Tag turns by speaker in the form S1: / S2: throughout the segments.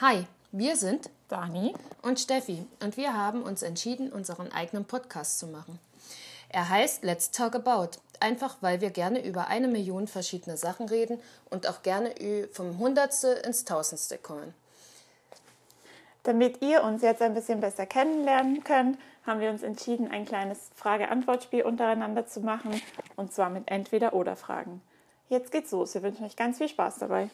S1: Hi, wir sind
S2: Dani.
S1: und Steffi und wir haben uns entschieden, unseren eigenen Podcast zu machen. Er heißt Let's Talk About, einfach weil wir gerne über eine Million verschiedene Sachen reden und auch gerne ü- vom Hundertste ins Tausendste kommen.
S2: Damit ihr uns jetzt ein bisschen besser kennenlernen könnt, haben wir uns entschieden, ein kleines Frage-Antwort-Spiel untereinander zu machen. Und zwar mit Entweder-Oder-Fragen. Jetzt geht's los. Wir wünschen euch ganz viel Spaß dabei.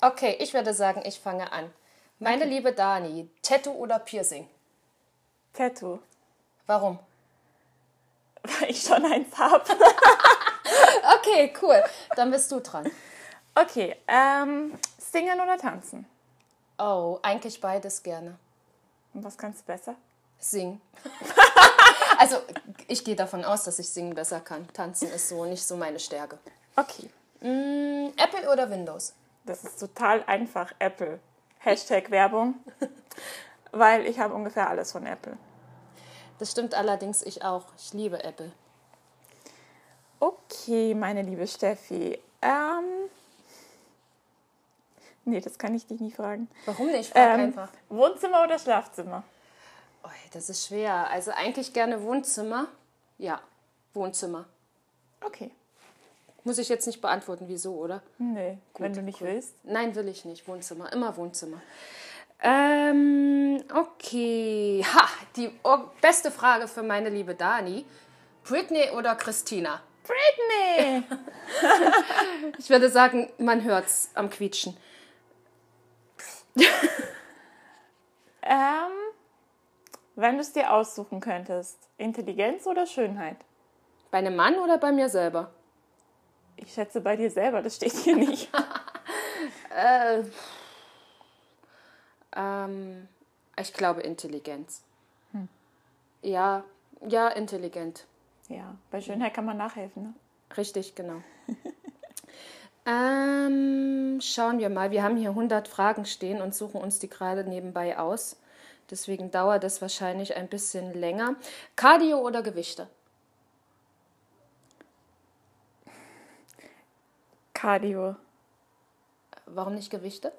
S1: Okay, ich würde sagen, ich fange an. Meine liebe Dani, Tattoo oder Piercing?
S2: Tattoo.
S1: Warum?
S2: Weil ich schon eins habe.
S1: Okay, cool. Dann bist du dran.
S2: Okay, ähm, singen oder tanzen?
S1: Oh, eigentlich beides gerne.
S2: Und was kannst du besser?
S1: Singen. Also, ich gehe davon aus, dass ich singen besser kann. Tanzen ist so nicht so meine Stärke.
S2: Okay,
S1: Mm, Apple oder Windows?
S2: das ist total einfach. Apple. Hashtag Werbung. Weil ich habe ungefähr alles von Apple.
S1: Das stimmt allerdings, ich auch. Ich liebe Apple.
S2: Okay, meine liebe Steffi. Ähm. Nee, das kann ich dich nie fragen.
S1: Warum nicht? Frag
S2: Ähm,
S1: einfach.
S2: Wohnzimmer oder Schlafzimmer?
S1: Oh, das ist schwer. Also, eigentlich gerne Wohnzimmer. Ja, Wohnzimmer.
S2: Okay.
S1: Muss ich jetzt nicht beantworten, wieso, oder?
S2: Nee, wenn du nicht willst.
S1: Nein, will ich nicht. Wohnzimmer, immer Wohnzimmer. Ähm, okay. Ha, die o- beste Frage für meine liebe Dani. Britney oder Christina?
S2: Britney!
S1: Ich würde sagen, man hört's am Quietschen.
S2: ähm, wenn du es dir aussuchen könntest, Intelligenz oder Schönheit?
S1: Bei einem Mann oder bei mir selber?
S2: Ich schätze bei dir selber, das steht hier nicht.
S1: Äh, ähm, ich glaube Intelligenz. Ja, ja, intelligent.
S2: ja, bei Schönheit kann man nachhelfen. Ne?
S1: Richtig, genau. ähm, schauen wir mal. Wir haben hier 100 Fragen stehen und suchen uns die gerade nebenbei aus. Deswegen dauert das wahrscheinlich ein bisschen länger. Cardio oder Gewichte?
S2: Cardio,
S1: Warum nicht Gewichte?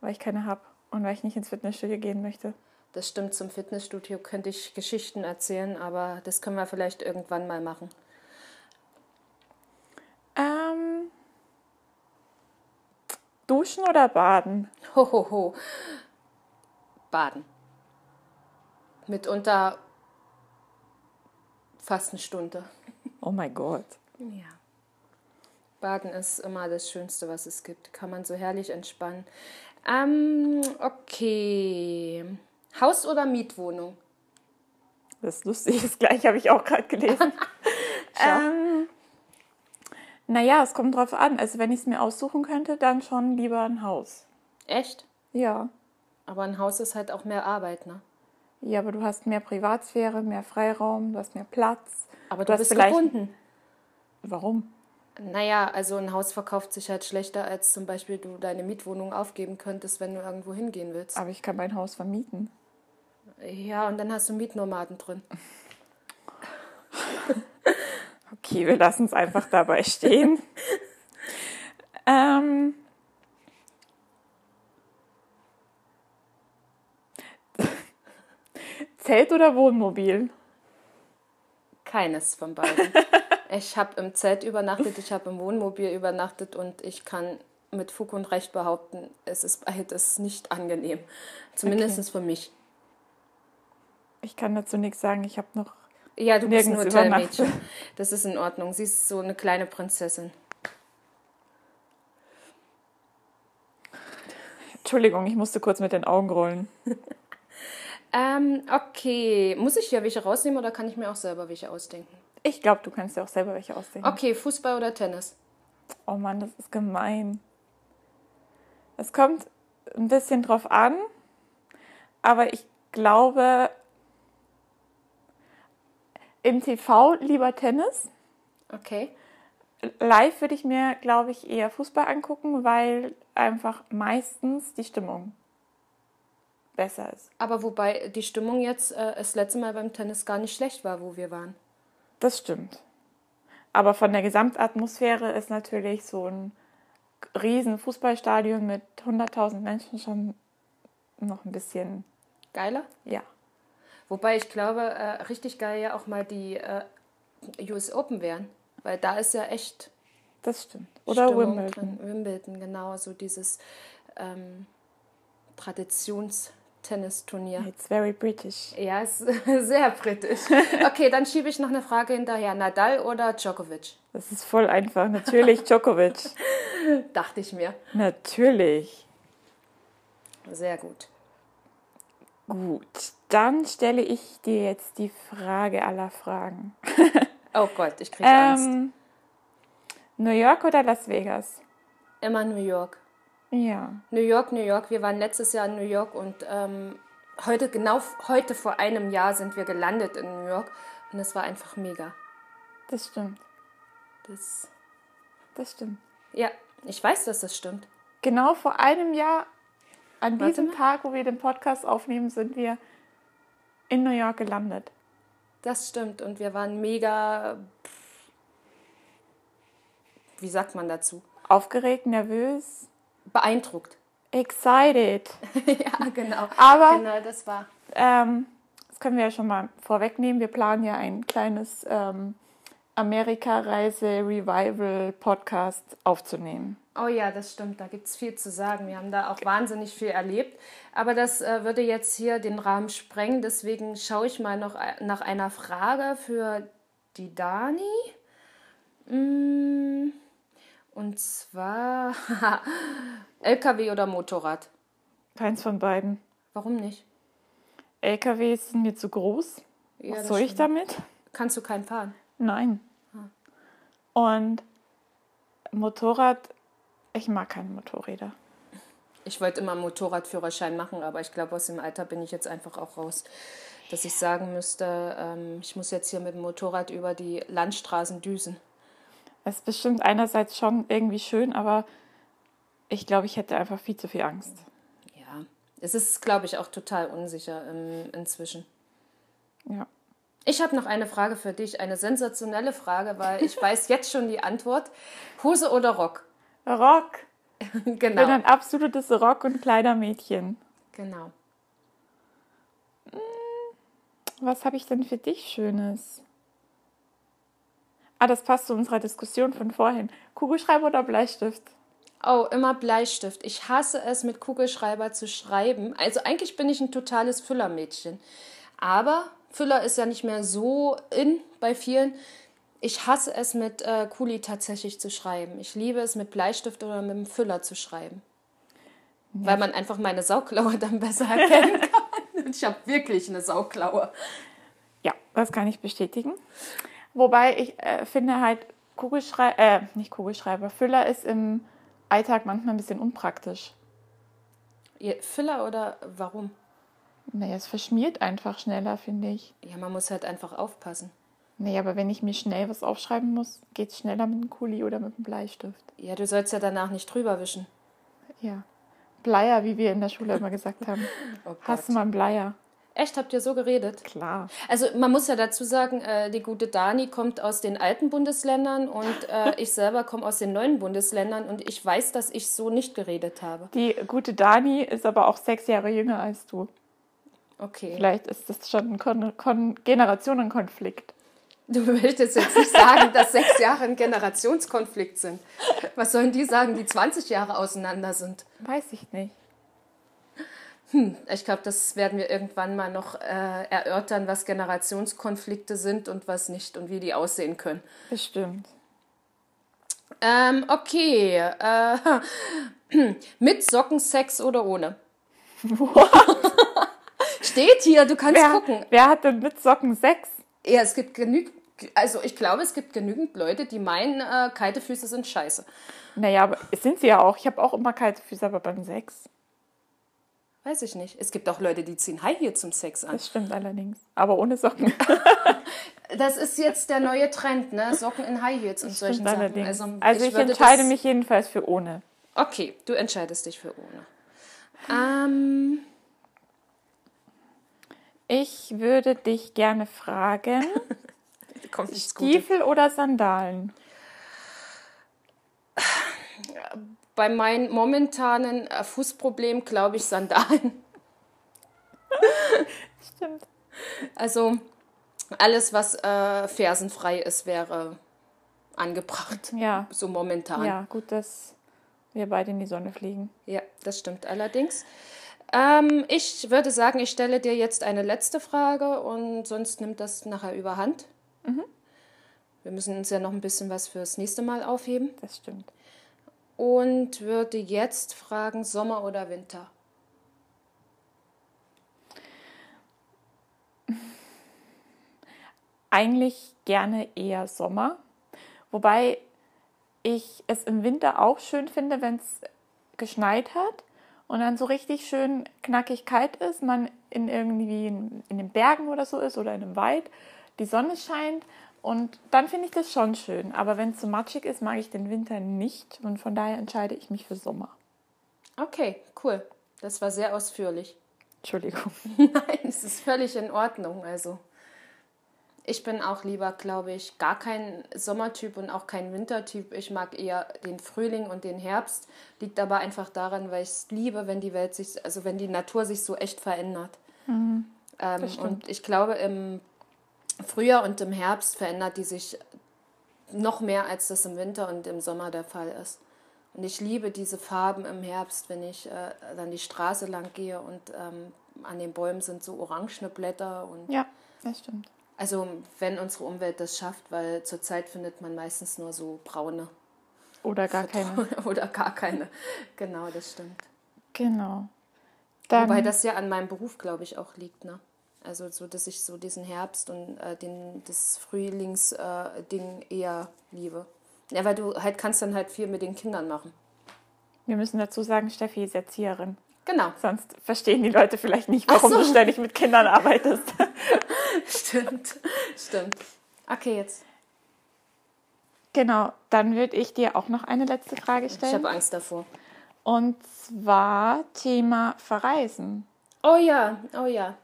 S2: weil ich keine habe und weil ich nicht ins Fitnessstudio gehen möchte.
S1: Das stimmt, zum Fitnessstudio könnte ich Geschichten erzählen, aber das können wir vielleicht irgendwann mal machen.
S2: Ähm, duschen oder baden?
S1: Hohoho. Ho, ho. Baden. Mitunter fast eine Stunde.
S2: Oh mein Gott.
S1: Ja. Baden ist immer das Schönste, was es gibt. Kann man so herrlich entspannen. Ähm, okay. Haus oder Mietwohnung?
S2: Das ist lustig, das gleiche habe ich auch gerade gelesen. ähm, naja, es kommt drauf an. Also, wenn ich es mir aussuchen könnte, dann schon lieber ein Haus.
S1: Echt?
S2: Ja.
S1: Aber ein Haus ist halt auch mehr Arbeit, ne?
S2: Ja, aber du hast mehr Privatsphäre, mehr Freiraum, du hast mehr Platz.
S1: Aber du,
S2: Du hast
S1: bist
S2: vielleicht-
S1: gebunden.
S2: Warum?
S1: Naja, also ein Haus verkauft sich halt schlechter, als zum Beispiel du deine Mietwohnung aufgeben könntest, wenn du irgendwo hingehen willst.
S2: Aber ich kann mein Haus vermieten.
S1: Ja, und dann hast du Mietnomaden drin.
S2: Okay, wir lassen es einfach dabei stehen. ähm, Zelt oder Wohnmobil?
S1: Keines von beiden. ich habe im Zelt übernachtet, ich habe im Wohnmobil übernachtet und ich kann mit Fug und Recht behaupten, es ist beides nicht angenehm. Zumindest für mich.
S2: Ich kann dazu nichts sagen. Ich habe noch.
S1: Ja, du
S2: Nirgends
S1: bist ein Hotelmädchen. Das ist in Ordnung. Sie ist so eine kleine Prinzessin.
S2: Entschuldigung, ich musste kurz mit den Augen rollen.
S1: Ähm, okay. Muss ich hier welche rausnehmen oder kann ich mir auch selber welche ausdenken?
S2: Ich glaube, du kannst dir auch selber welche ausdenken.
S1: Okay, Fußball oder Tennis?
S2: Oh Mann, das ist gemein. Es kommt ein bisschen drauf an, aber ich glaube, im TV lieber Tennis.
S1: Okay.
S2: Live würde ich mir, glaube ich, eher Fußball angucken, weil einfach meistens die Stimmung besser ist.
S1: Aber wobei die Stimmung jetzt äh, das letzte Mal beim Tennis gar nicht schlecht war, wo wir waren.
S2: Das stimmt. Aber von der Gesamtatmosphäre ist natürlich so ein riesen Fußballstadion mit 100.000 Menschen schon noch ein bisschen,
S1: Geiler?
S2: ja.
S1: Wobei ich glaube, äh, richtig geil ja auch mal die äh, US Open wären. Weil da ist ja echt
S2: Das stimmt. Oder
S1: Stimmung drin.
S2: Wimbledon.
S1: Wimbledon, genau. So dieses ähm, Traditionstennisturnier.
S2: It's very British.
S1: Ja, ist sehr britisch. Okay, dann schiebe ich noch eine Frage hinterher. Nadal oder Djokovic?
S2: Das ist voll einfach. Natürlich Djokovic.
S1: Dachte ich mir.
S2: Natürlich.
S1: Sehr gut.
S2: Gut. Dann stelle ich dir jetzt die Frage aller Fragen.
S1: Oh Gott, ich kriege Angst.
S2: Ähm, New York oder Las Vegas?
S1: Immer New York.
S2: Ja.
S1: New York, New York. Wir waren letztes Jahr in New York und ähm, heute, genau f- heute vor einem Jahr sind wir gelandet in New York und es war einfach mega.
S2: Das stimmt.
S1: Das,
S2: Das stimmt.
S1: ja, ich weiß, dass das stimmt.
S2: Genau vor einem Jahr, an
S1: Warte
S2: diesem
S1: mal.
S2: Tag, wo wir den Podcast aufnehmen, sind wir in New York gelandet.
S1: Das stimmt und wir waren mega. pff, Wie sagt man dazu?
S2: Aufgeregt, nervös,
S1: Beeindruckt.
S2: excited.
S1: ja, genau.
S2: Aber-
S1: Genau, das war.
S2: Ähm, das können wir ja schon mal vorwegnehmen. Wir planen ja ein kleines ähm, Amerika-Reise-Revival-Podcast aufzunehmen.
S1: Oh ja, das stimmt. Da gibt es viel zu sagen. Wir haben da auch wahnsinnig viel erlebt. Aber das äh, würde jetzt hier den Rahmen sprengen. Deswegen schaue ich mal noch e- nach einer Frage für die Dani. Mm, Und zwar LKW oder Motorrad?
S2: Keins von beiden.
S1: Warum nicht?
S2: LKW sind mir zu groß.
S1: Ja,
S2: Was
S1: das
S2: soll ich
S1: stimmt.
S2: damit?
S1: Kannst du keinen fahren?
S2: Nein. Und Motorrad, ich mag keine Motorräder.
S1: Ich wollte immer einen Motorradführerschein machen, aber ich glaube, aus dem Alter bin ich jetzt einfach auch raus, dass ich sagen müsste, ähm, ich muss jetzt hier mit dem Motorrad über die Landstraßen düsen.
S2: Es ist bestimmt einerseits schon irgendwie schön, aber ich glaube, ich hätte einfach viel zu viel Angst.
S1: Ja, es ist, glaube ich, auch total unsicher ähm, inzwischen.
S2: Ja.
S1: Ich habe noch eine Frage für dich, eine sensationelle Frage, weil ich weiß jetzt schon die Antwort. Hose oder Rock?
S2: Rock. Ich bin
S1: genau,
S2: ein absolutes Rock- und Kleidermädchen.
S1: genau.
S2: Was habe ich denn für dich Schönes? Ah, das passt zu unserer Diskussion von vorhin. Kugelschreiber oder Bleistift?
S1: Oh, immer Bleistift. Ich hasse es, mit Kugelschreiber zu schreiben. Also eigentlich bin ich ein totales Füllermädchen. Aber Füller ist ja nicht mehr so in bei vielen. Ich hasse es, mit äh, Kuli tatsächlich zu schreiben. Ich liebe es, mit Bleistift oder mit dem Füller zu schreiben. Weil man einfach meine Sauklaue dann besser erkennen kann. Und ich habe wirklich eine Sauklaue.
S2: Ja, das kann ich bestätigen. Wobei ich äh, finde halt Kugelschreiber, äh, nicht Kugelschreiber, Füller ist im Alltag manchmal ein bisschen unpraktisch.
S1: Ihr Füller oder warum?
S2: Naja, es verschmiert einfach schneller, finde ich.
S1: Ja, man muss halt einfach aufpassen.
S2: Naja, aber wenn ich mir schnell was aufschreiben muss, geht's schneller mit dem Kuli oder mit dem Bleistift.
S1: Ja, du sollst ja danach nicht drüber wischen.
S2: Ja. Bleier, wie wir in der Schule immer gesagt haben.
S1: Oh
S2: Hast du mal einen Bleier?
S1: Echt, habt ihr so geredet?
S2: Klar.
S1: Also man muss ja dazu sagen, äh, die gute Dani kommt aus den alten Bundesländern und äh, ich selber komme aus den neuen Bundesländern und ich weiß, dass ich so nicht geredet habe.
S2: Die gute Dani ist aber auch sechs Jahre jünger als du.
S1: Okay.
S2: Vielleicht ist das schon ein Kon Kon Generationenkonflikt.
S1: Du möchtest jetzt nicht sagen, dass sechs Jahre ein Generationskonflikt sind. Was sollen die sagen, die 20 Jahre auseinander sind?
S2: Weiß ich nicht.
S1: Ich glaube, das werden wir irgendwann mal noch äh, erörtern, was Generationskonflikte sind und was nicht und wie die aussehen können.
S2: Bestimmt.
S1: Ähm, okay. Äh, mit Sockensex oder ohne? Steht hier, du kannst
S2: Wer,
S1: gucken.
S2: wer hat denn mit Socken Sex?
S1: Ja, es gibt genügend, also ich glaube, es gibt genügend Leute, die meinen, äh, kalte Füße sind scheiße.
S2: Naja, aber es sind sie ja auch. Ich habe auch immer kalte Füße, aber beim Sex.
S1: Weiß ich nicht. Es gibt auch Leute, die ziehen High Heel zum Sex an.
S2: Das stimmt allerdings. Aber ohne Socken.
S1: Das ist jetzt der neue Trend, ne? Socken in High Heels und solchen
S2: Stimmt
S1: Sachen.
S2: allerdings.
S1: Also,
S2: Also,
S1: ich
S2: ich,
S1: würde
S2: entscheide
S1: das-
S2: mich jedenfalls für ohne.
S1: Okay, du entscheidest dich für ohne. Ähm,
S2: Ich würde dich gerne fragen,
S1: kommt nichts Gutes.
S2: Stiefel oder Sandalen?
S1: Bei meinem momentanen äh, Fußproblem glaube ich Sandalen.
S2: Stimmt.
S1: Also alles, was äh, fersenfrei ist, wäre angebracht.
S2: Ja.
S1: So momentan.
S2: Ja, gut, dass wir beide in die Sonne fliegen.
S1: Ja, das stimmt allerdings. Ähm, ich würde sagen, ich stelle dir jetzt eine letzte Frage und sonst nimmt das nachher überhand. Wir müssen uns ja noch ein bisschen was fürs nächste Mal aufheben.
S2: Das stimmt.
S1: Und würde jetzt fragen, Sommer oder Winter?
S2: Eigentlich gerne eher Sommer. Wobei ich es im Winter auch schön finde, wenn es geschneit hat und dann so richtig schön knackig kalt ist, man in irgendwie in, in den Bergen oder so ist oder in einem Wald, die Sonne scheint und dann finde ich das schon schön. Aber wenn es so matschig ist, mag ich den Winter nicht und von daher entscheide ich mich für Sommer.
S1: Okay, cool. Das war sehr ausführlich.
S2: Entschuldigung.
S1: Nein, es ist völlig in Ordnung. Also, ich bin auch lieber, glaube ich, gar kein Sommertyp und auch kein Wintertyp. Ich mag eher den Frühling und den Herbst. Liegt aber einfach daran, weil ich es liebe, wenn die Welt sich, also wenn die Natur sich so echt verändert. ähm,
S2: stimmt.
S1: und ich glaube, im Frühjahr und im Herbst verändert die sich noch mehr, als das im Winter und im Sommer der Fall ist. Und ich liebe diese Farben im Herbst, wenn ich äh, dann die Straße lang gehe und ähm, an den Bäumen sind so orangene Blätter und
S2: Ja, das stimmt.
S1: also wenn unsere Umwelt das schafft, weil zurzeit findet man meistens nur so braune
S2: Oder gar keine.
S1: oder gar keine. Genau, das stimmt.
S2: Genau. Dann,
S1: Wobei das ja an meinem Beruf, glaube ich, auch liegt, ne? Also so, dass ich so diesen Herbst und äh, den, das Frühlingsding äh, Ding eher liebe. Ja, weil du halt kannst dann halt viel mit den Kindern machen.
S2: wir müssen dazu sagen, Steffi ist Erzieherin.
S1: Genau.
S2: Sonst verstehen die Leute vielleicht nicht,
S1: Ach
S2: warum
S1: so.
S2: du ständig mit Kindern arbeitest.
S1: Stimmt. Stimmt. Okay, jetzt.
S2: Genau, dann würde ich dir auch noch eine letzte Frage
S1: Ich
S2: stellen.
S1: habe Angst davor.
S2: Und zwar Thema Verreisen.
S1: Oh ja, oh ja.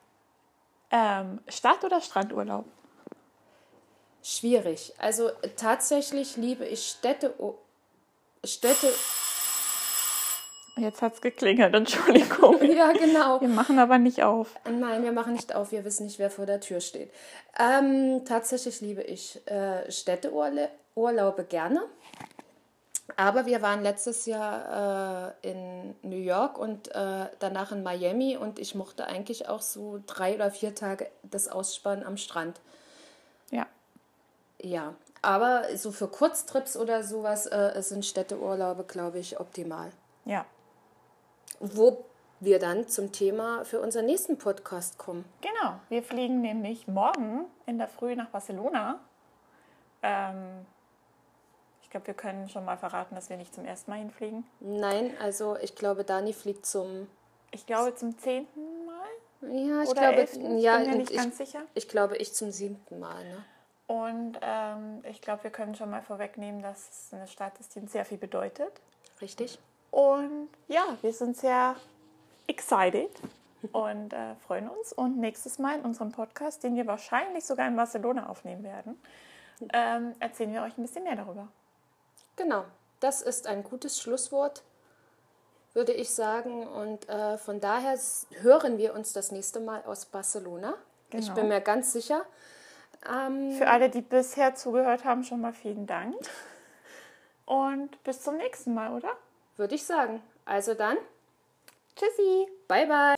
S2: Ähm, Stadt- oder Strandurlaub?
S1: Schwierig. Also äh, tatsächlich liebe ich Städte. Städte.
S2: Jetzt hat's geklingelt, Entschuldigung.
S1: Ja, genau.
S2: Wir machen aber nicht auf.
S1: Nein, wir machen nicht auf, wir wissen nicht, wer vor der Tür steht. Ähm, tatsächlich liebe ich äh, Städteurlaube gerne. Aber wir waren letztes Jahr äh, in New York und äh, danach in Miami und ich mochte eigentlich auch so drei oder vier Tage das Ausspannen am Strand.
S2: Ja,
S1: Ja, aber so für Kurztrips oder sowas äh, sind Städteurlaube, glaube ich, optimal.
S2: ja,
S1: Wo wir dann zum Thema für unseren nächsten Podcast kommen.
S2: genau. Wir fliegen nämlich morgen in der Früh nach Barcelona. Ähm, ich glaube, wir können schon mal verraten, dass wir nicht zum ersten Mal hinfliegen.
S1: Nein, also ich glaube, Dani fliegt zum.
S2: Ich glaube, zum zehnten Mal
S1: Ja, ich
S2: oder
S1: glaube,
S2: elften.
S1: ja,
S2: ich bin mir
S1: und
S2: nicht
S1: ich,
S2: ganz sicher.
S1: ich glaube, ich zum siebten Mal. Ne?
S2: Und ähm, ich glaube, wir können schon mal vorwegnehmen, dass es eine Stadt ist, die uns sehr viel bedeutet.
S1: Richtig?
S2: Und ja, wir sind sehr excited und äh, freuen uns. Und nächstes Mal in unserem Podcast, den wir wahrscheinlich sogar in Barcelona aufnehmen werden, ähm, erzählen wir euch ein bisschen mehr darüber.
S1: Genau. Das ist ein gutes Schlusswort, würde ich sagen. Und äh, von daher s- hören wir uns das nächste Mal aus Barcelona. Ich
S2: Genau.
S1: bin mir ganz sicher. Ähm,
S2: Für alle, die bisher zugehört haben, schon mal vielen Dank. Und bis zum nächsten Mal, oder?
S1: würde ich sagen. Also dann,
S2: Tschüssi!
S1: bye bye.